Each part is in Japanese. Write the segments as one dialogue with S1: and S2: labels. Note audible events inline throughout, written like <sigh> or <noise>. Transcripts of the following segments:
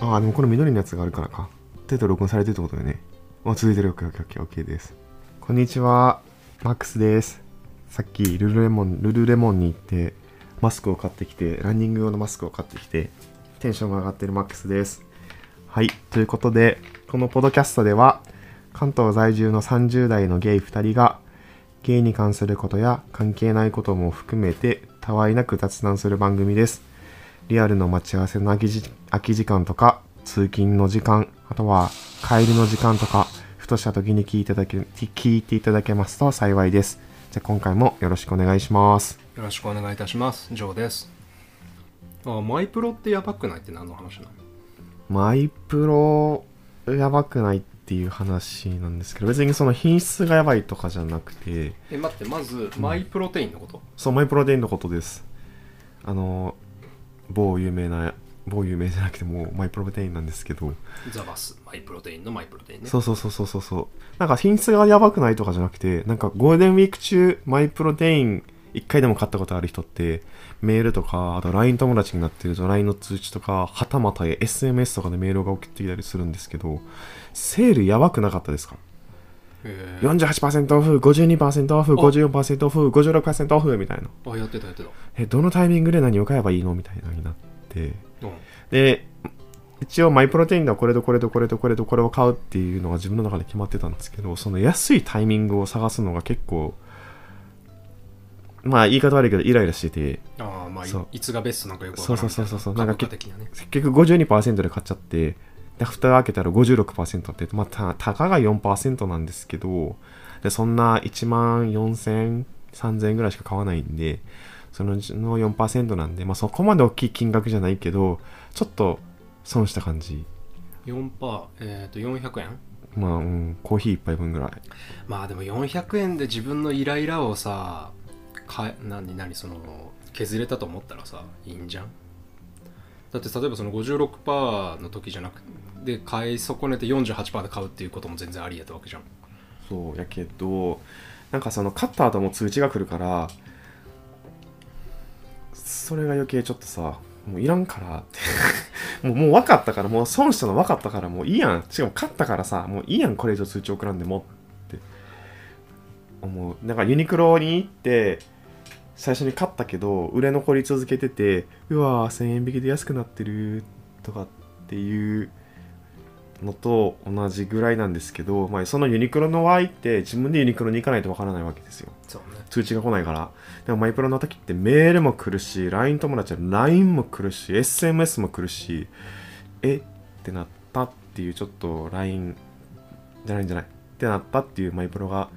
S1: ああ、でもこの緑のやつがあるからか。テート録音されてるってことだよね。あ、続いてる。OK、OK、OK、OK です。こんにちは。マックスです。さっき、ルルレモン、ルルレモンに行って、マスクを買ってきて、ランニング用のマスクを買ってきて、テンションが上がってるマックスです。はい。ということで、このポドキャストでは、関東在住の30代のゲイ2人が、ゲイに関することや関係ないことも含めて、たわいなく雑談する番組です。リアルの待ち合わせの空きじ空き時間とか、通勤の時間、あとは帰りの時間とか、ふとした時に聞いていただけ聞いていただけますと幸いです。じゃあ今回もよろしくお願いします。
S2: よろしくお願いいたします。ジョーです。あ、マイプロってやばくないって何の話なの
S1: マイプロやばくないっていう話なんですけど、別にその品質がやばいとかじゃなくて、
S2: え、待って、まず、マイプロテインのこと。
S1: そう、マイプロテインのことです。あの、某有名な、某有名じゃなくてもうマイプロテインなんですけど、
S2: ザバス、マイプロテインのマイプロテインね。
S1: そうそうそうそうそうそうなんか品質がやばくないとかじゃなくてなんかゴールデンウィーク中マイプロテイン1回でも買ったことある人ってメールとかあと LINE 友達になってると LINE の通知とかはたまた SMS とかでメールが送ってきたりするんですけどセールやばくなかったですか
S2: へえ
S1: ?48% オフ52%オフ54%オフ56%オフみたいな
S2: あ、やってたやってた。
S1: えどのタイミングで何を買えばいいのみたいなになって
S2: うん。
S1: で一応マイプロテインではこれとこれとこれとこれとこれを買うっていうのが自分の中で決まってたんですけどその安いタイミングを探すのが結構まあ言い方悪いけどイライラしてて
S2: ああ、まあい
S1: そう、
S2: いつがベストなんかよくわからん
S1: そうそうそうそう
S2: なん
S1: なん
S2: か
S1: か
S2: 的なね。
S1: 結局52%で買っちゃってで蓋開けたら56%ってまあたたかが4%なんですけどでそんな1万4000 3000円ぐらいしか買わないんでそのうちの4%なんで、まあ、そこまで大きい金額じゃないけどちょっと損した感じ
S2: 4%パー、えっ、と、400円
S1: まあ、うん、コーヒー一杯分ぐらい。
S2: まあでも400円で自分のイライラをさ、か何、何、その、削れたと思ったらさ、いいんじゃんだって例えばその56%の時じゃなくて、買い損ねて48%で買うっていうことも全然ありやったわけじゃん。
S1: そうやけど、なんかその勝った後も通知が来るから、それが余計ちょっとさ、もういらんからって。も <laughs> うもう分かったから、もう損したの分かったから、もういいやん。しかも勝ったからさ、もういいやん、これ以上通知送らんでもって思う。なんかユニクロに行って、最初に買ったけど、売れ残り続けてて、うわー、1000円引きで安くなってるとかっていうのと同じぐらいなんですけど、まあ、そのユニクロの Y って自分でユニクロに行かないとわからないわけですよ
S2: そうね。
S1: 通知が来ないからでもマイプロの時ってメールも来るし LINE 友達は LINE も来るし SMS も来るしえってなったっていうちょっと LINE じゃないんじゃないってなったっていうマイプロが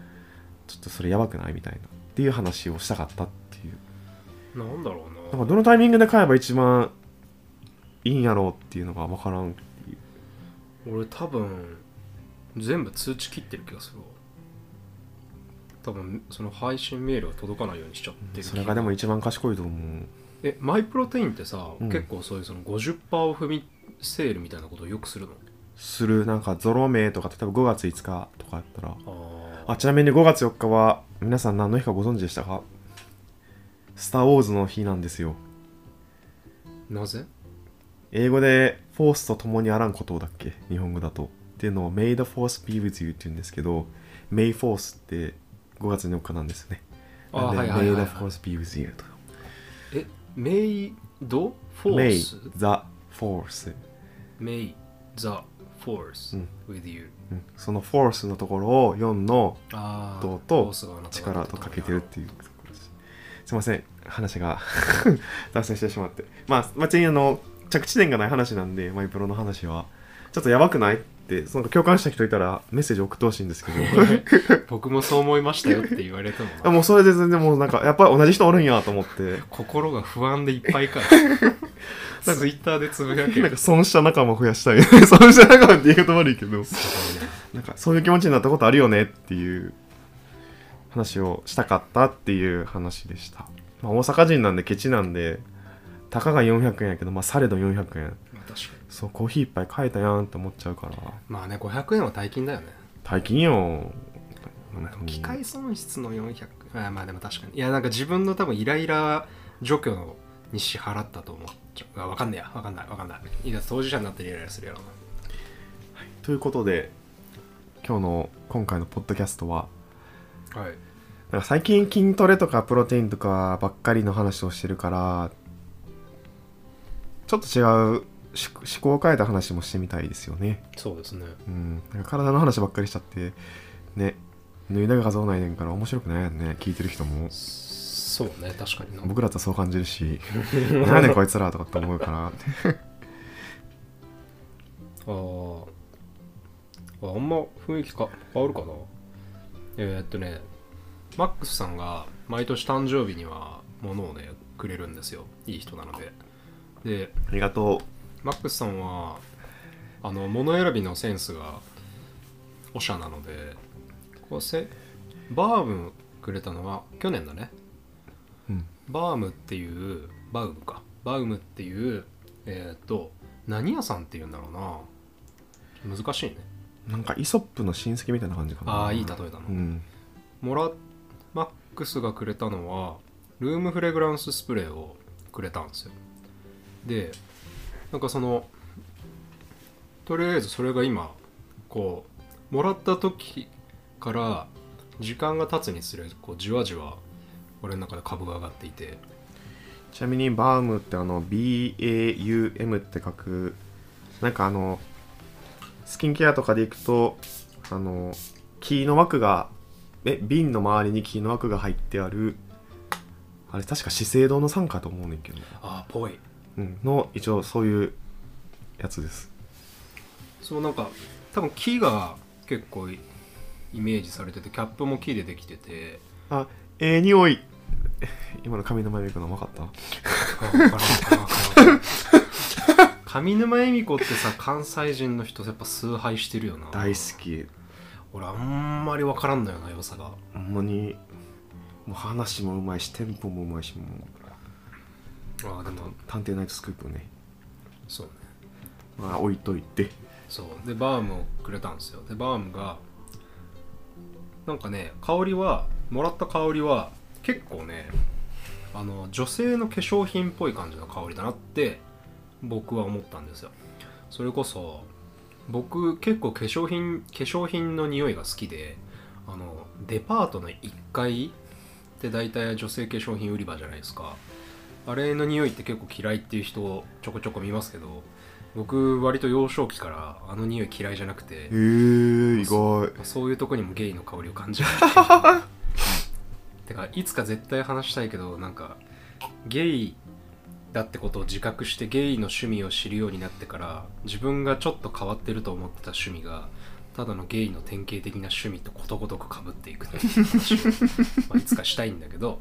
S1: ちょっとそれやばくないみたいなっていう話をしたかったっていう
S2: なんだろう
S1: なん
S2: な
S1: かどのタイミングで買えば一番いいんやろうっていうのが分からん
S2: 俺多分全部通知切ってる気がするわ多分その配信メールが届かないようにしちゃってる
S1: それがでも一番賢いと思う
S2: えマイプロテインってさ、
S1: うん
S2: 結構そういうその50%オフみセールみたいなことをよくするの
S1: するなんかゾロ名とか例えば5月5日とかやったら
S2: あ
S1: あちなみに5月4日は皆さん何の日かご存知でしたかスター・ウォーズの日なんですよ
S2: なぜ
S1: 英語で「フォースと共にあらんことを」だっけ日本語だとっていうのを「May the Force be with you」って言うんですけど「May Force」って5月4日なんですよね
S2: あ
S1: なんで
S2: はいはいはいはい
S1: May the Force be with you」と
S2: えメイドフォ
S1: 「May
S2: ー
S1: the
S2: ス
S1: Force」
S2: メイザフォース
S1: うん
S2: with you、
S1: うんその「Force」のところを4の「
S2: ああ
S1: とと力とかけてるっていうところですすいません話が <laughs> 脱線してしまってまあ別にあの着地点がない話なんでマイプロの話はちょっとやばくないってその共感した人いたらメッセージ送ってほしいんですけど
S2: 僕もそう思いましたよって言われてもな
S1: あ <laughs> もうそれで全然もうなんかやっぱり同じ人おるんやと思って
S2: 心が不安でいっぱいか
S1: <laughs> な
S2: ら
S1: んか
S2: ツイッターでつぶやけ
S1: なん
S2: る
S1: か損した仲間増やしたい <laughs> 損した仲間って言い方悪いけどなんかそういう気持ちになったことあるよねっていう話をしたかったっていう話でした、まあ、大阪人なんでケチなんでたかが400円やけどまあされど400円
S2: まあ確かに
S1: そうコーヒー一杯買えたやんって思っちゃうから
S2: まあね500円は大金だよね
S1: 大金よ
S2: まあでも機械損失の400あまあでも確かにいやなんか自分の多分イライラ除去のに支払ったと思っちゃうあわかんねえやわかんないわかんないいや当事者になってイライラするやろうな
S1: ということで今日の今回のポッドキャストは
S2: はい、
S1: なんか最近筋トレとかプロテインとかばっかりの話をしてるからちょっと違う思思考を変えた話もしてみたいですよね
S2: そうですね。
S1: うんなんか体の話ばっかりしちゃってね縫いだ画像ないねんから面白くないやんね聞いてる人も
S2: そうね、確かにな。
S1: 僕らとそう感じるしなんでこいつらとかって思うから
S2: あーあ、あんま雰囲気か変わるかな。えー、っとね、マックスさんが毎年誕生日には物をね、くれるんですよ。いい人なので。で、
S1: ありがと
S2: マックスさんは、あの、物選びのセンスがおしゃなので、こうせバームくれたのは去年だね。
S1: う、うん、
S2: バームっていうバウムかバウムっていうえーっ、と何屋さんっていうんだろうな難しいね
S1: なんかイソップの親戚みたいな感じかな
S2: ああいい例えだな、
S1: うん
S2: もらマックスがくれたのはルームフレグランススプレーをくれたんですよでなんかそのとりあえずそれが今こうもらった時から時間が経つにつれこうじわじわ俺の中で株が上がっていて
S1: ちなみにバームってあの BAUM って書くなんかあのスキンケアとかでいくとあの木の枠がえ瓶の周りに木の枠が入ってあるあれ確か資生堂の傘下と思うねんけど、
S2: ああぽい
S1: うん、の一応そういうやつです
S2: そうなんか多分木が結構イメージされててキャップも木でできてて
S1: あええ匂い <laughs> 今の上沼恵美子のうまかった
S2: 上沼恵美子ってさ関西人の人やっぱ崇拝してるよな
S1: 大好き
S2: 俺あんまり分からんのよな良さが
S1: ほんまにもう話もうまいしテンポもうまいしもう
S2: ああでも
S1: 探偵ナイトスクープね
S2: そうね
S1: まあ置いといて
S2: そうでバームをくれたんですよでバームがなんかね香りはもらった香りは結構ねあの女性の化粧品っぽい感じの香りだなって僕は思ったんですよそれこそ僕結構化粧品化粧品の匂いが好きであのデパートの1階って大体女性化粧品売り場じゃないですかあれの匂いって結構嫌いっていう人をちょこちょこ見ますけど僕割と幼少期からあの匂い嫌いじゃなくて
S1: えー、意外
S2: まあそういうとこにもゲイの香りを感じるうんてかいつか絶対話したいけどなんかゲイだってことを自覚してゲイの趣味を知るようになってから自分がちょっと変わってると思ってた趣味がただのゲイの典型的な趣味とことごとくかぶっていくっていう話をまあいつかしたいんだけど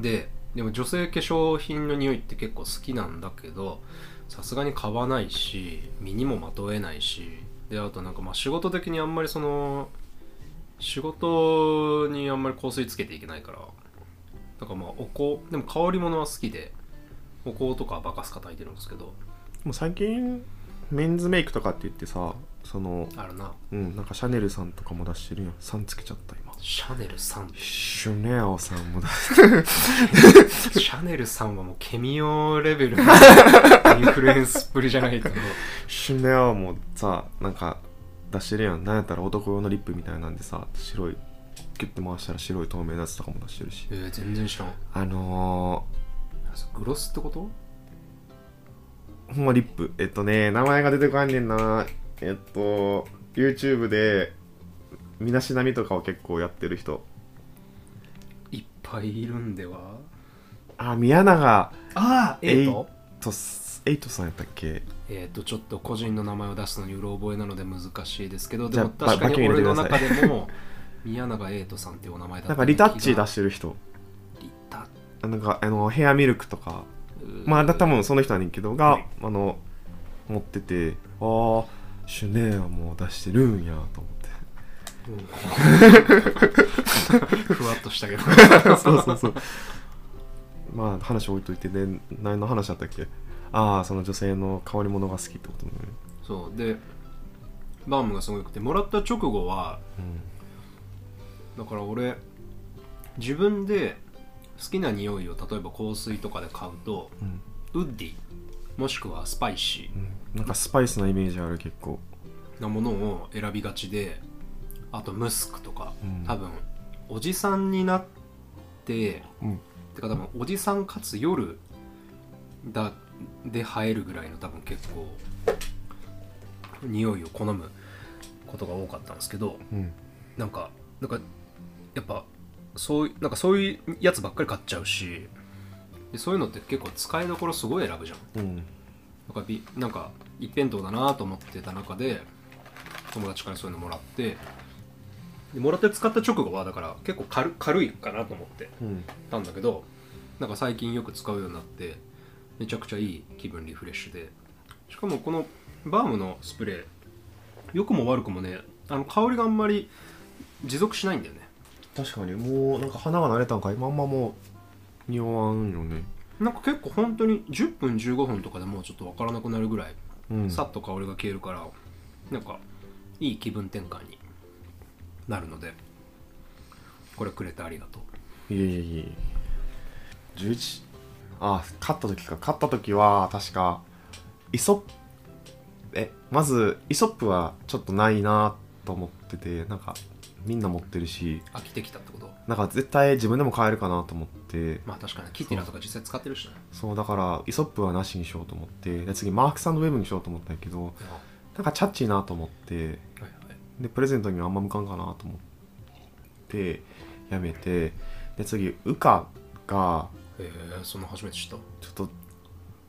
S2: ででも女性化粧品の匂いって結構好きなんだけどさすがに買わないし身にもまとえないしであとなんかまあ仕事的にあんまりその仕事にあんまり香水つけていけないからだからまあお香でも香り物は好きでお香とかはバカスカ炊いてるんですけど
S1: もう最近メンズメイクとかって言ってさその
S2: あるな
S1: うんなんかシャネルさんとかも出してるやんさんつけちゃった今
S2: シャネルさん <laughs>
S1: シュネオさんも出し
S2: シャネルさんはもうケミオレベル <laughs> のインフルエンスっぷりじゃないと思う
S1: シュネオもさなんか出してるやんなんやったら男用のリップみたいなんでさ白いキュッて回したら白い透明なやつとかも出してるし
S2: えー全然知らん
S1: あの
S2: グロスってこと
S1: ー、ほんまリップえっとね名前が出てこんねんなえっと YouTube でみなしなみとかを結構やってる人
S2: いっぱいいるんでは
S1: あ宮永
S2: ああ
S1: え
S2: え
S1: い
S2: っと
S1: とエイトさんやったっけ
S2: えー、とちょっと個人の名前を出すのにうろ覚えなので難しいですけど
S1: じ
S2: で
S1: ゃあ
S2: も確か
S1: ばバ
S2: に
S1: キューム
S2: 俺
S1: 入れ
S2: の
S1: てくだ
S2: 中
S1: さい
S2: でも <laughs> 宮永瑛斗さんっていうお名前だ
S1: な
S2: った
S1: んかリタッチ出
S2: し
S1: してる人
S2: リタ
S1: なんかあのヘアミルクとかまあだ多分その人はねんけどが、
S2: はい
S1: あの持っててああシュネはもう出してるんやと思 <laughs> っ
S2: うんふわっとしたけど
S1: てそうそうそうまあ話置いといてで何の話だったっけああその女性の変わり者が好きってことね、
S2: <laughs> そうでバームがすごくてもらった直後は
S1: うん、
S2: だから俺自分で好好きな匂いを例えば香水とかで買うと
S1: うん、
S2: ウッディもしくはスパイシ
S1: うん、なんかスパイスなイメージある結構
S2: ーなものを選びがちであとムスクとか、
S1: うん
S2: 多分おじさんになって
S1: うん
S2: てか多分おじさんかつ夜だで生えるぐらいの多分結構匂いを好むことが多かったんですけど
S1: うん
S2: なんかなんかやっぱそういなんかそういうやつばっかり買っちゃうしでそういうのって結構使いどころすごい選ぶじゃん
S1: うん
S2: なんかびなんか一辺倒だなと思ってた中で友達からそういうのもらってでもらって使った直後はだから結構軽軽いかなと思って
S1: うん
S2: たんだけどなんか最近よく使うようになってめちゃくちゃいい気分リフレッシュでしかもこのバームのスプレー良くも悪くもねあの香りがあんまり持続しないんだよね
S1: 確かにもうなんか花が慣れたんか今あんまもう匂わんよね
S2: なんか結構本当に10分15分とかでもうちょっと分からなくなるぐらい
S1: うん
S2: さっと香りが消えるからなんかいい気分転換になるのでこれくれてありがとう
S1: いえいえいえ11あ勝った時か勝った時は確かイソップえまずイソップはちょっとないなと思っててなんかみんな持ってるし
S2: 飽きてきたってこと
S1: なんか絶対自分でも買えるかなと思って
S2: まあ確かにキティラとか実際使ってるしね
S1: そうだからイソップはなしにしようと思ってで次マークサンドウェブにしようと思ったんやけど
S2: いやは
S1: なんかチャッチーなと思って
S2: いはい
S1: でプレゼントにはあんま向かんかなと思ってやめてで次ウカが
S2: えー、その初めて知った
S1: ちょっと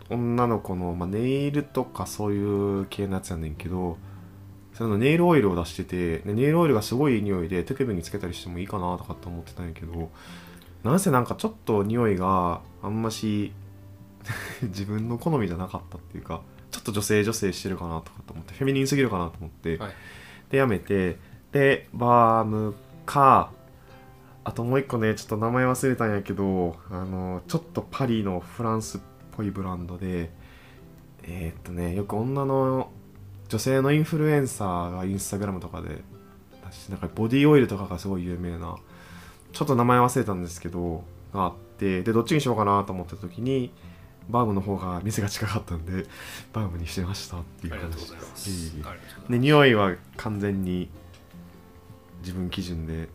S1: 女の子の、まあ、ネイルとかそういう系のやつやねんけどそのネイルオイルを出しててでネイルオイルがすごいいい匂いで手首につけたりしてもいいかなとかって思ってたんやけどなんせなんかちょっと匂いがあんまし <laughs> 自分の好みじゃなかったっていうかちょっと女性女性してるかなとかと思ってフェミニンすぎるかなと思って、
S2: はい
S1: でやめてでバームかあともう一個ねちょっと名前忘れたんやけどあのちょっとパリのフランスっぽいブランドでえーっとねよく女の女性のインフルエンサーがインスタグラムとかでだしなんかボディオイルとかがすごい有名なちょっと名前忘れたんですけどがあってでどっちにしようかなと思った時にバームの方が店が近かったんでバームにしてましたっていう
S2: ありがとう
S1: 話
S2: ございます
S1: いえいえ
S2: ありがとうござ
S1: で
S2: いま
S1: 匂いは完全に自分基準で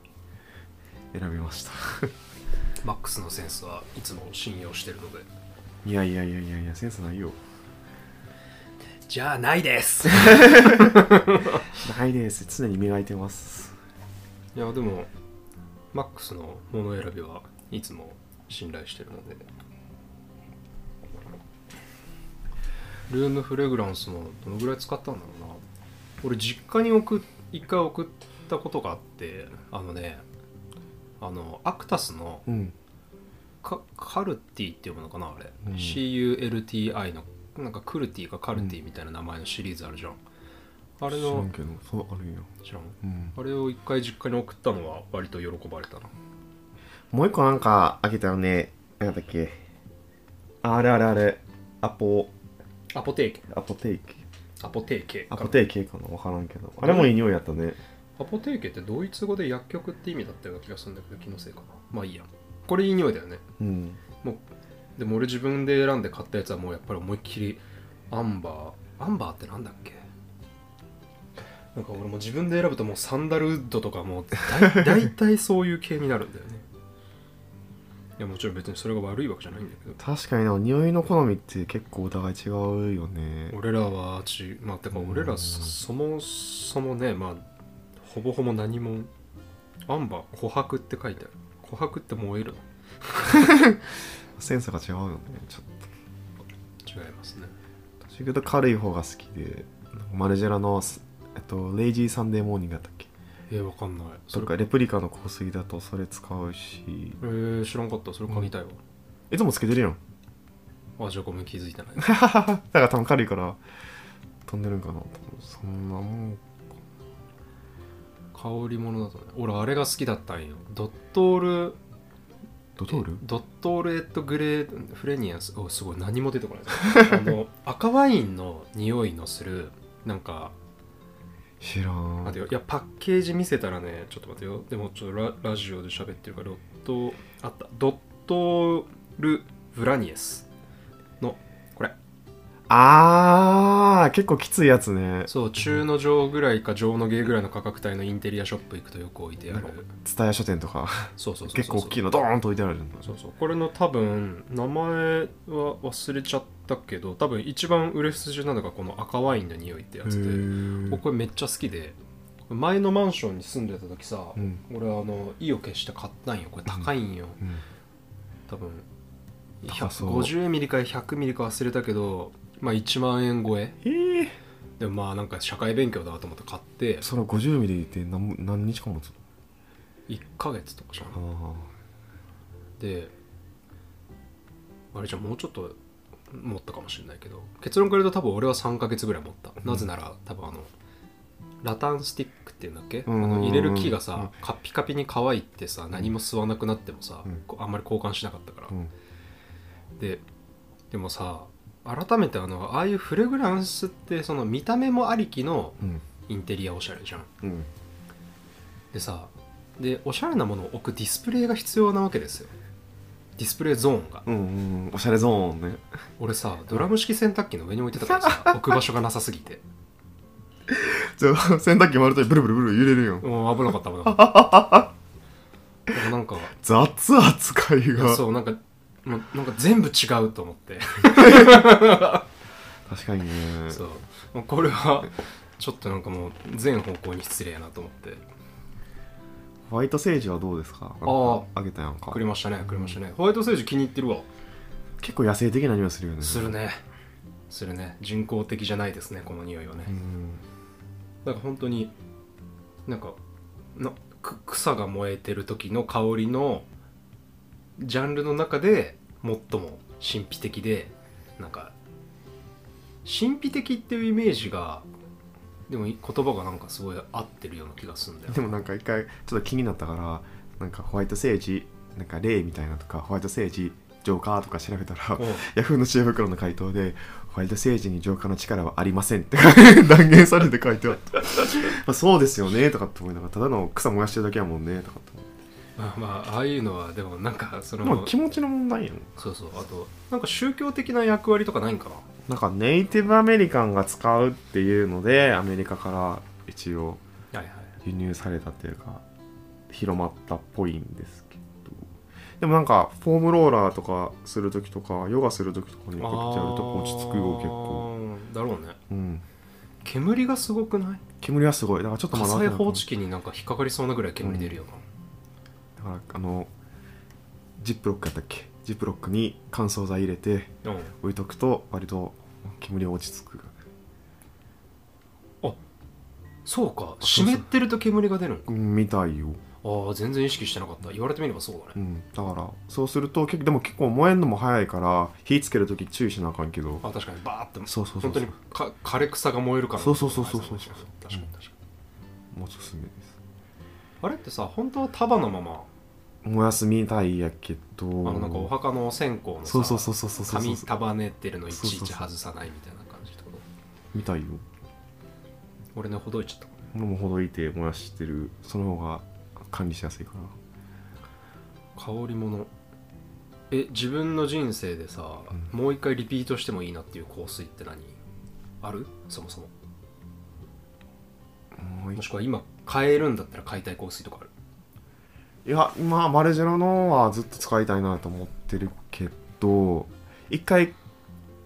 S1: 選びました
S2: すマックスのセンスはいつも信用してるので
S1: いやいやいやいやいやセンスないよ
S2: じゃあないです
S1: ないです常に磨いてます
S2: いやでもマックスのもの選びはいつも信頼してるのでルームフレグランスもどのぐらい使ったんだろうな俺実家に送っ一回送ったことがあってあのねあのアクタスの
S1: うん
S2: カカルティっていうものかなあれ、
S1: うん
S2: CULTI のなんかクルティかカルティみたいな名前のシリーズあるじゃん、あ
S1: あ
S2: れ
S1: 知ら
S2: の
S1: んけどそうあるんや
S2: 知らん
S1: うん
S2: あれを一回実家に送ったのは割と喜ばれたな
S1: もう一個なんかあげたよねなんだっけあれあれあれアポ
S2: アポテーケ
S1: アポテイケ
S2: アポテーケ
S1: アポテイケかな分からんけどあれもいい匂いやったね
S2: アポテーケってドイツ語で薬局って意味だったような気がするんだけど気のせいかなまあいいやこれいい匂いだよね
S1: うん
S2: でも俺自分で選んで買ったやつはもうやっぱり思いっきりアンバーアンバーってなんだっけなんか俺も自分で選ぶともうサンダルウッドとかもうだい
S1: <laughs>
S2: 大体そういう系になるんだよねいやもちろん別にそれが悪いわけじゃないんだけど
S1: 確かにな匂いの好みって結構お互い違うよね
S2: 俺らはちまあてか俺らそそもそもねまあほぼほぼ何もアンバー琥珀って書いてある琥珀って燃えるの
S1: センスが違うよねちょっと
S2: 違いますね
S1: 仕事軽い方が好きでマルジェラの、すえっと、レイジーサンデーモーニングだったっけ
S2: えー、わかんないそ
S1: と
S2: れ
S1: かレプリカの香水だとそれ使うし
S2: えー、知らんかったそれ嗅ぎたいわ、
S1: いつもつけてるやん
S2: あじゃあごめん気づいてない
S1: だから多分軽いから飛んでるんかな多分そんなもん
S2: 香り物だとね俺あれが好きだったんよドットール
S1: ドトール
S2: ドットールエットグレーフレニアンスおすごい何も出てこないあ <laughs> の赤ワインの匂いのするなんか
S1: 知らん
S2: 待てよいやパッケージ見せたらねちょっと待てよでもちょっとララジオで喋ってるからドットあったドットル・ブラニエスのこれ
S1: あー、結構きついやつね。
S2: そう中の上ぐらいか上の下ぐらいの価格帯のインテリアショップ行くとよく置いてある
S1: 蔦屋書店とか、
S2: そうそうそうそう
S1: 結構大きいのドーンと置いてあるんだ。
S2: そうそうこれの多分名前は忘れちゃったけど多分一番売れ筋なのがこの赤ワインの匂いってや
S1: へ
S2: つで
S1: ー
S2: 僕これめっちゃ好きで前のマンションに住んでた時さ、
S1: うん
S2: 俺あの意を決して買ったんよこれ高いんよ、
S1: うん
S2: 多分
S1: 高そう
S2: 50ミリか100ミリか忘れたけどまあ1万円超え
S1: へえ。
S2: でもまあなんか社会勉強だなと思って買って
S1: その50ミリって何何日間持つの
S2: 1ヶ月とかじゃん
S1: あ
S2: であれじゃんもうちょっと持ったかもしれないけど結論から言うと多分俺は3ヶ月ぐらい持った、なぜなら多分あのラタンスティックっていうんだっけ、
S1: うん
S2: あの入れる木がさ、カピカピに乾いてさ何も吸わなくなってもさ、
S1: うん
S2: こうあんまり交換しなかったから
S1: あ、う、ん、
S2: ででもさ改めてあのああいうフレグランスってその見た目もありきの
S1: うん、
S2: インテリアおしゃれじゃん
S1: うん、
S2: でさでおしゃれなものを置くディスプレイが必要なわけですよディスプレイゾーンが
S1: うん、うん、おしゃれゾーンね。
S2: 俺さドラム式洗濯機の上に置いてたからさ置く場所がなさすぎて
S1: じゃあ洗濯機回るとブルブルブル揺れるよ。
S2: もう危なかった危なかったでもなんか
S1: 雑扱い
S2: いや
S1: が。
S2: そうなんかもうなんか全部違うと思って、
S1: 確かにね。
S2: そうもうこれはちょっとなんかもう全方向に失礼やなと思って
S1: ホワイトセージはどうですかなんか
S2: あ
S1: あげたやんか
S2: く。れましたねくれましたねホワイトセージ気に入ってるわ
S1: 結構野生的な匂いするよね。
S2: するねするね人工的じゃないですねこの匂いはね、
S1: うん。
S2: なんか本当になんかなく草が燃えてる時の香りのジャンルの中で最も神秘的でなんか神秘的っていうイメージがでも言葉がなんかすごい合ってるような気がするんだよ
S1: でもなんか一回ちょっと気になったからなんかホワイトセージなんかレイみたいなとかホワイトセージジョーカーとか調べたら
S2: おう
S1: ヤフーの知恵袋の回答でホワイトセージにジョーカーの力はありませんって <laughs> 断言されて書いてあ
S2: <laughs>
S1: ったまあそうですよねとかって思いながらただの草燃やしてるだけやもんねとかって思って
S2: まあまあああいうのはでもなんかその、
S1: まあ気持ちの問題やん
S2: そうそうあとなんか宗教的な役割とかないんかな
S1: なんかネイティブアメリカンが使うっていうのでアメリカから一応
S2: はいはい
S1: 輸入されたっていうか広まったっぽいんですけどでもなんかフォームローラーとかする時とかヨガする時とかにかけてやると落ち着くよ結構、
S2: あーだろうね
S1: うん、
S2: 煙がすごくない
S1: 煙はすごいだからちょっと
S2: 火
S1: まだ
S2: 災報知器になんか引っかかりそうなぐらい煙出るよな、
S1: だからあのジップロックやったっけジップロックに乾燥剤入れて
S2: うん
S1: 置いとくと割と煙は落ち着く
S2: そうか
S1: そうそう
S2: 湿ってると煙が出るの
S1: うんみたいよ、
S2: ああ全然意識してなかった言われてみればそうだ
S1: う
S2: ね、
S1: ん、だからそうすると結でも結構燃えるのも早いから火つける時注意しなあかんけど
S2: あ確かにバーって
S1: そうそうそう
S2: 本
S1: そ
S2: 当
S1: う
S2: にか枯れ草が燃えるから
S1: そうそうそうそうそうそう
S2: 確かに確かに、
S1: おすすめです
S2: あれってさ本当は束のまま
S1: 燃やすみたいやけどあ
S2: あのなんかお墓の線香のさ
S1: そうそうそうそうそうそう
S2: 紙束ねてるのいちい
S1: そう
S2: ち
S1: そうそう
S2: 外さないみたいな感じってこと
S1: みたいよ
S2: 俺ねほどいちゃった
S1: 俺もほどいて燃やしてるその方が管理しやすいから
S2: 香り物え自分の人生でさ、
S1: う
S2: もう一回リピートしてもいいなっていう香水って何あるそもそも
S1: もう
S2: も
S1: 一
S2: しくは今買えるんだったら買いたい香水とかある
S1: いやまあマルジェロのはずっと使いたいなと思ってるけど一回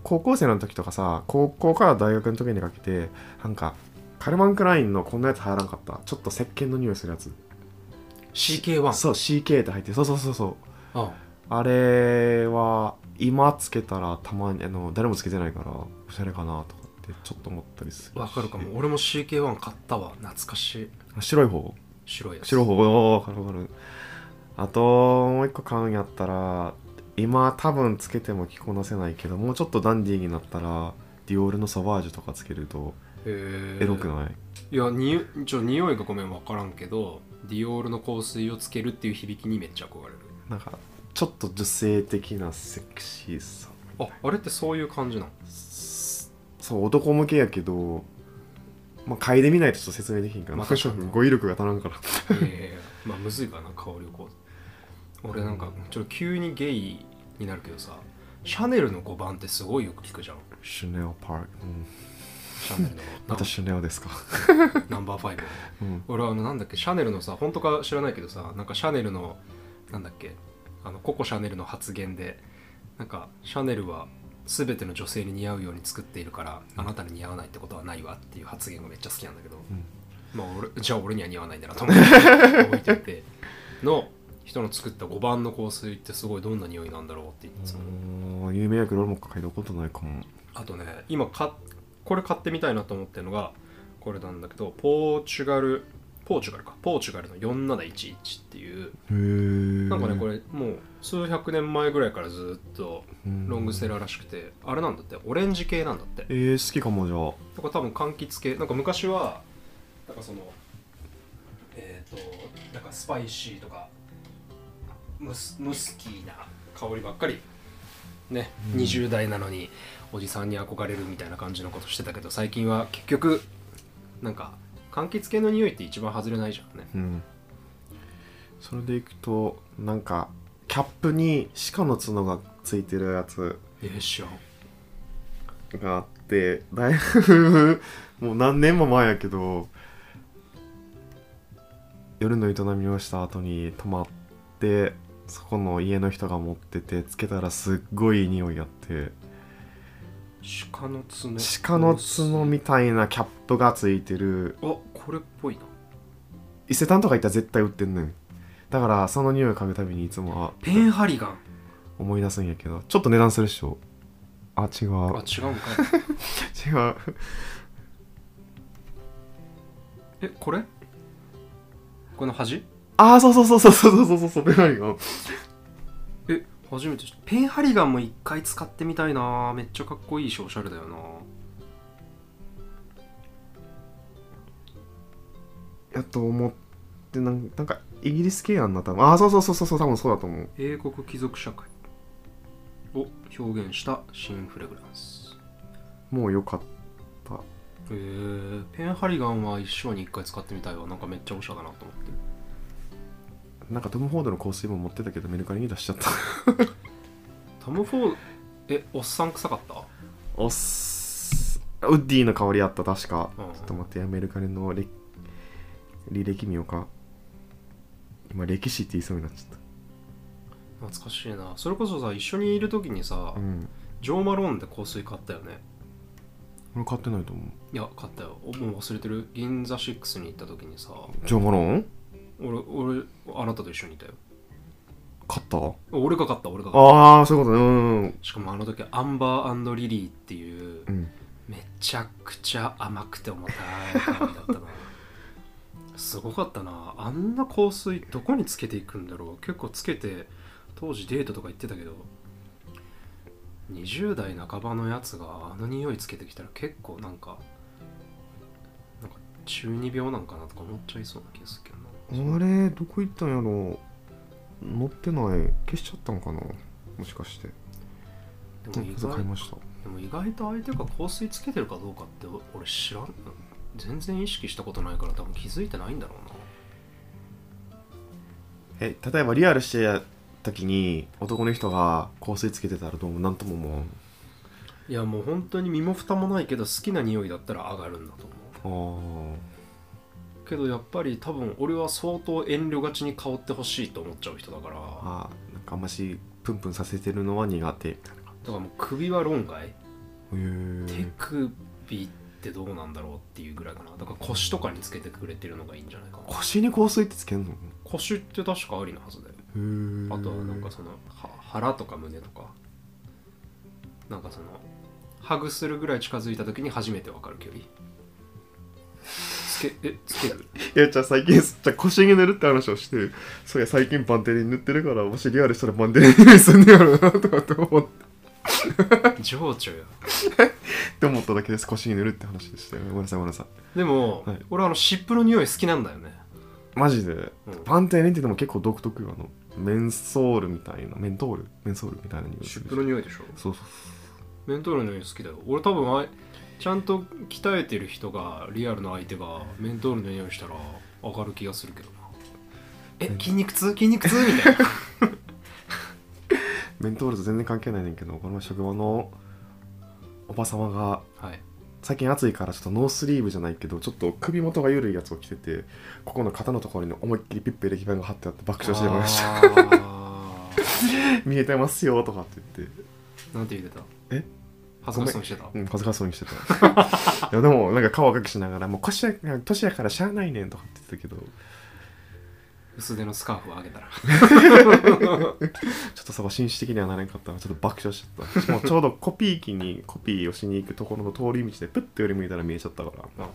S1: 高校生の時とかさ高校から大学の時にかけてなんかカルマンクラインのこんなやつ入らなかったちょっと石鹸の匂いするやつ
S2: CK1
S1: そう CK って入ってそうそうそうそう
S2: あ
S1: あれは今つけたらたまにあの誰もつけてないからおしゃれかなとかってちょっと思ったりするし
S2: わかるかも俺も CK1 買ったわ懐かしい
S1: 白い方
S2: 白いやつ
S1: 白い方おーわかるわかるあともう一個買うんやったら今多分つけても着こなせないけどもうちょっとダンディーになったらディオールのサバージュとかつけると
S2: へえ
S1: エロくない、
S2: いやにちょ匂いがごめん分からんけどディオールの香水をつけるっていう響きにめっちゃ憧れる
S1: なんかちょっと女性的なセクシーさ
S2: ああれってそういう感じなの
S1: そう男向けやけどまあ嗅いでみないとちょっと説明できひんから、
S2: まあ <laughs>
S1: まあ、語彙力が足らんから
S2: いやいやいやまあむずいかな香りをこう俺なんかちょっと急にゲイになるけどさシャネルの5番ってすごいよく聞くじゃん
S1: シュネオパーク、うん、
S2: シャネルの <laughs>
S1: またシュネオですか、
S2: ナンバー5
S1: <laughs> うん、
S2: 俺はあのなんだっけシャネルのさ本当か知らないけどさなんかシャネルのなんだっけあのココシャネルの発言でなんかシャネルは全ての女性に似合うように作っているからあなたに似合わないってことはないわっていう発言がめっちゃ好きなんだけど、
S1: ん
S2: まあ俺じゃあ俺には似合わないんだなと思って置いといての人の作った5番の香水ってすごいどんな匂いなんだろうっていつも
S1: おー有名やけど俺も嗅いだことないかも
S2: あとね今かこれ買ってみたいなと思ってるのがこれなんだけどポーチュガルポーチュガルかポーチュガルの4711っていう
S1: へえ
S2: な
S1: なん
S2: かねこれもう数百年前ぐらいからずっとロングセラーらしくてあれなんだってオレンジ系なんだって
S1: えー、好きかもじゃあ
S2: なんか多分柑橘系なんか昔はなんかそのえっ、となんかスパイシーとかムスムスキーな香りばっかりね、
S1: うん
S2: 20代なのにおじさんに憧れるみたいな感じのことしてたけど最近は結局なんか柑橘系の匂いって一番外れないじゃんね
S1: うんそれでいくとなんかキャップに鹿の角がついてるやつ
S2: ええしょ
S1: があってだいぶ <laughs> もう何年も前やけど夜の営みをした後に泊まってそこの家の人が持っててつけたらすっごいいい匂いやって
S2: 鹿の角
S1: 鹿の角みたいなキャップがついてる
S2: あこれっぽいな
S1: 伊勢丹とか行ったら絶対売ってんねんだからその匂い嗅ぐたびにいつもあ
S2: ペンハリガン
S1: 思い出すんやけどちょっと値段するっしょあ違う
S2: あ違うんかい
S1: 違う
S2: えこれこの端
S1: あーそうそうそうそうそうそうそうそうペンハリガン
S2: え初めて知ったペンハリガンも一回使ってみたいなめっちゃかっこいいしおしゃれだよない
S1: やと思ってなんなんかイギリス系やんな多分ああそうそうそうそうそう多分そうだと思う
S2: 英国貴族社会を表現した新フレグランス
S1: もうよかった
S2: へえペンハリガンは一生に一回使ってみたいわなんかめっちゃおしゃだなと思って
S1: なんかトム・フォードの香水も持ってたけどメルカリに出しちゃった
S2: トム・フォードえおっさん臭かった
S1: <laughs> おっすウッディの香りあった確か、
S2: うん
S1: ちょっと待ってやメルカリの歴履歴見ようか今歴史って言いそうになっちゃっ
S2: 懐かしいなそれこそさ一緒にいる時にさ、
S1: たうん
S2: ジョー・マローンで香水買ったよね
S1: 俺買ってないと思う
S2: いや買ったよおもう忘れてる銀座6に行った時にさ
S1: ジョー・マロン
S2: 俺俺あなたと一緒にいたよ
S1: 買った
S2: 俺が買った俺が買った
S1: ああそういうことねうん
S2: しかもあの時アンバーリリーっていう
S1: うん
S2: めちゃくちゃ甘くて重たい香りだったなすごかったなあんな香水どこにつけていくんだろう結構つけて当時デートとか行ってたけど20代半ばのやつがあの匂いつけてきたら結構なんかなんか中二病なんかなとか思っちゃいそうな気がするけどな
S1: あれどこ行ったんやろ乗ってない消しちゃったんかなもしかして
S2: でも意外
S1: 買いました
S2: でも意外と相手が香水つけてるかどうかってお俺知らん全然意識したことないから多分気づいてないんだろうな
S1: え例えばリアルしてや時に男の人が香水つけてたらどうもなんとも思
S2: いやもう本当に身も蓋もないけど好きな匂いだったら上がるんだと思う
S1: う
S2: けどやっぱり多分俺は相当遠慮がちに香ってほしいと思っちゃう人だからだ
S1: あ
S2: か
S1: あーなんかあんましプンプンさせてるのは苦手みたいな
S2: らもう首は論外手
S1: へ
S2: 首ってどうなんだろうっていうぐらいかなだから腰とかにつけてくれてるのがいいんじゃないかな
S1: 腰に香水ってつけんのへ
S2: 腰って確かありなはずだよ
S1: え
S2: あとはなんかそのは腹とか胸とかなんかそのハグするぐらい近づいた時に初めて分かる距離つけえつけ <laughs> る
S1: いやじゃあ最近じゃあ腰に塗るって話をしてそういや最近バンテリン塗ってるからもしリアルしたらバンテリンにすんねやろうなとかって思って
S2: 情緒や
S1: って思っただけです腰に塗るって話でしたよねごめんなさいごめんなさい
S2: でも、
S1: はい
S2: 俺あの湿布の匂い好きなんだよね、
S1: マジで
S2: うん
S1: パンテリンってでも結構独特よあのメンソールみたいなメントールメンソールみたいな匂いす
S2: 湿
S1: る
S2: 布の匂いでしょ
S1: そうそう
S2: メントールの匂い好きだよ俺多分あいちゃんと鍛えてる人がリアルの相手がメントールの匂いしたら上がる気がするけどなえ筋肉痛筋肉痛みたいな
S1: メントールと全然関係ないねんけどこの前職場のおば様が
S2: <laughs> はい
S1: 最近暑いからちょっとノースリーブじゃないけどちょっと首元が緩いやつを着ててここの肩のところに思いっきりピッペレキ板が貼ってあって爆笑してました
S2: あ
S1: 「見えてますよ」とかって言って、
S2: ーなんて言ってた
S1: え
S2: 恥ずかしそうにしてた
S1: うん、恥ずかしそうに <laughs> してたいやでもなんか顔赤くしながら「もう腰や年やからしゃあないねん」とかって言ってたけど
S2: 薄手のスカーフをあげたら
S1: ちょっとそこ紳士的にはなれんかったからちょっと爆笑しちゃったしかもちょうどコピー機にコピーをしに行くところの通り道でプッと寄り向いたら見えちゃったからあ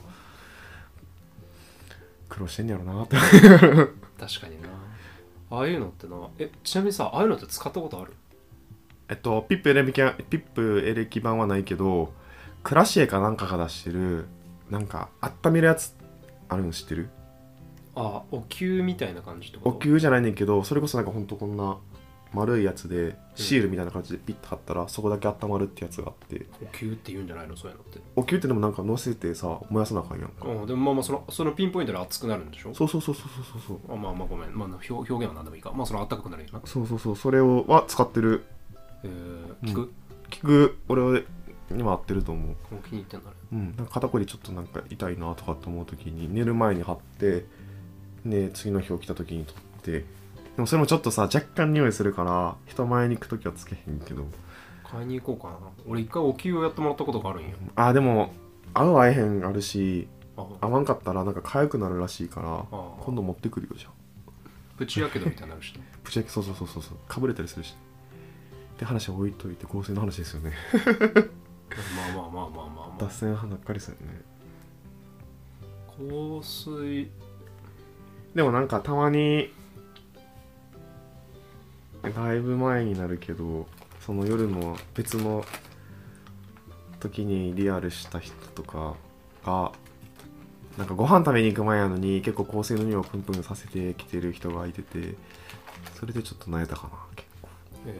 S1: 苦労してんやろなって
S2: 確かになああいうのってなえちなみにさああいうのって使ったことある
S1: えっとピップエレキピップエレキ版はないけどクラシエかなんかが出してるなんか温めるやつあるの知ってる
S2: あお灸みたいな感じってこ
S1: お
S2: と
S1: 灸じゃないねんけどそれこそなんかほんとこんな丸いやつでシールみたいな感じでピッと貼ったらそこだけ温まるってやつがあって
S2: お灸って言うんじゃないのそういうのって
S1: お灸ってでもなんか乗せてさ燃やさなあかんやんか、
S2: うんでもまあまあそのそのピンポイントで熱くなるんでしょ
S1: そうそうそうそうそうそう
S2: あまあまあごめん、まあ、表表現は何でもいいかまあそのあったかくなるよな
S1: そうそうそうそれをは使ってる
S2: えー、聞く、
S1: 聞く俺は今合ってると思う、
S2: もう気に入ってんだね
S1: うん、なんか肩こりちょっとなんか痛いなとかって思う時に寝る前に貼ってで次の日起きた時に取ってでもそれもちょっとさ若干匂いするから人前に行く時はつけへんけど
S2: 買いに行こうかな俺一回お灸をやってもらったことがあるんよ
S1: あーでも合う合えへんあるし
S2: あ
S1: 合わんかったらなんか痒くなるらしいから
S2: あ
S1: 今度持ってくるよじゃあ
S2: プチやけどみたいになるしね
S1: ぶちゃけそうそうそうそうそうかぶれたりするしって話は置いといて合成の話ですよね
S2: まあまあまあまあまあまあ
S1: 脱線派ばっかりですよね
S2: 香水
S1: でもなんかたまにだいぶ前になるけどその夜の別の時にリアルした人とかがなんかご飯食べに行く前やのに結構香水の匂いをプンプンさせてきてる人がいててそれでちょっと萎えたかな結構、
S2: え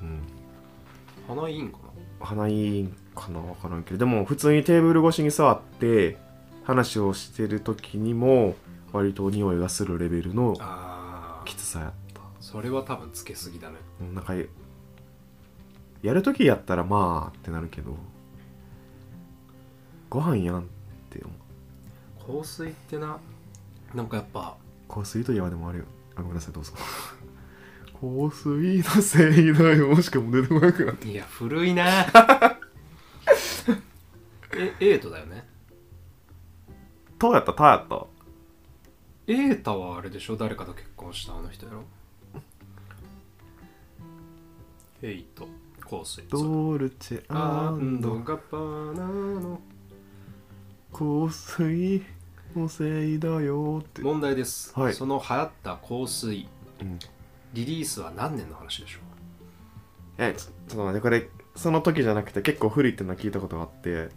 S1: うん、
S2: ー、花いいんか
S1: 花いいんかな分からんけどでも普通にテーブル越しに座って話をしてる時にも割と匂いがするレベルの
S2: なあ
S1: きつさやった
S2: それは多分つけすぎだね
S1: うんなんかやる時やったらまあってなるけどご飯やんって思
S2: 香水ってななんかやっぱ
S1: う香水といえばでもあるよあごめんなさいどうぞ <laughs> 香水のせいだよしかも出てこなくなった
S2: いや古いなえエイトだよね
S1: どうやったたやった
S2: エータはあれでしょ誰かと結婚したあの人やろエイト香水そう
S1: ドルチェ
S2: アンド
S1: 香
S2: ガバナの
S1: 水のせいだよって
S2: 問題です、
S1: はい
S2: その流行った香水
S1: うん
S2: リリースは何年の話でしょ
S1: えちょちょっと待ってこれその時じゃなくて結構古いってのは聞いたことがあって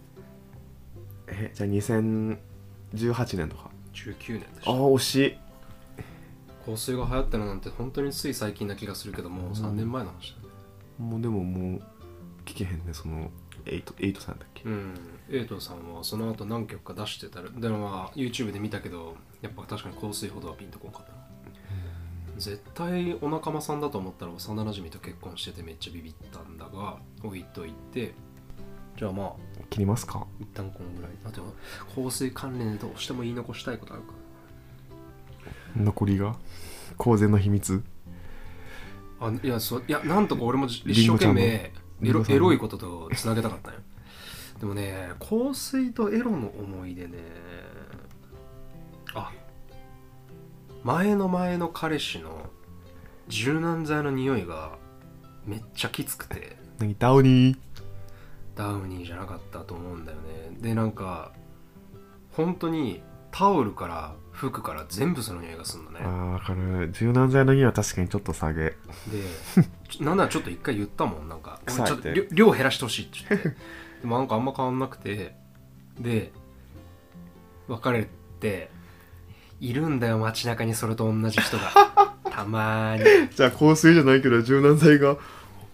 S1: えじゃあ2018年とか
S2: う19年でし
S1: ああ
S2: ょ
S1: 惜しい
S2: 香水が流行ったのなんて本当につい最近な気がするけどもう3年前の話だね
S1: もうでももう聞けへんねそのエイトエイトさんだっけ
S2: うん、エイトさんはその後何曲か出してたらでもまあ YouTube で見たけどやっぱ確かに香水ほどはピンとこんかったな絶対お仲間さんだと思ったら幼なじみと結婚しててめっちゃビビったんだが置いといてじゃあまあ
S1: 切りますか
S2: 一旦このぐらいあとは香水関連でどうしても言い残したいことあるか
S1: 残りが公然の秘密
S2: あいやそういやなんとか俺もじ一生懸命
S1: リ
S2: エ
S1: ンゴ
S2: ロ
S1: ちゃんの
S2: エロいこととつなげたかったんよでもね香水とエロの思い出ねあ前の前の彼氏の柔軟剤の匂いがめっちゃきつくて
S1: 何ダウニー
S2: ダウニーじゃなかったと思うんだよねでなんか本当にタオルから服から全部その匂いがするのね
S1: あーわかる柔軟剤の匂いは確かにちょっと下げ <laughs>
S2: でちょなんならちょっと一回言ったもんなんか
S1: 臭い
S2: ちょ
S1: っ
S2: ってと量量減らしてほしいって言ってでもなんかあんま変わんなくてで別れているんだよ街中にそれと同じ人
S1: <laughs>
S2: がたまーに
S1: じゃあ香水じゃないけど柔軟剤が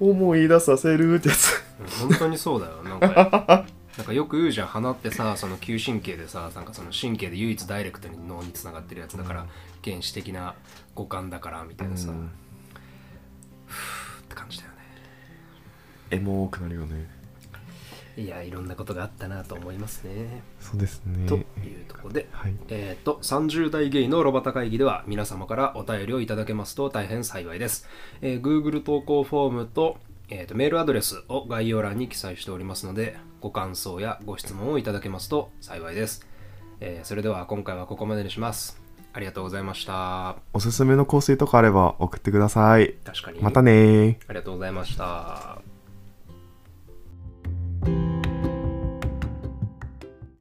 S1: 思い出させるってやつ
S2: 本当にそうだよなんかなんかよく言うじゃん鼻ってさその嗅神経でさなんかその神経で唯一ダイレクトに脳につながってるやつだから、原始的な五感だからみたいな
S1: <laughs>
S2: さ、
S1: うん
S2: って感じだよね
S1: エモくなるよね
S2: いやいろんなことがあったなと思いますね、
S1: そうですね
S2: というとこで
S1: はい
S2: えー、と30代ゲイのロバタ会議では皆様からお便りをいただけますと大変幸いです、えー Google 投稿フォームと,、えーとメールアドレスを概要欄に記載しておりますのでご感想やご質問をいただけますと幸いです、えーそれでは今回はここまでにしますありがとうございました
S1: おすすめの香水とかあれば送ってください
S2: 確かに
S1: またねー
S2: ありがとうございました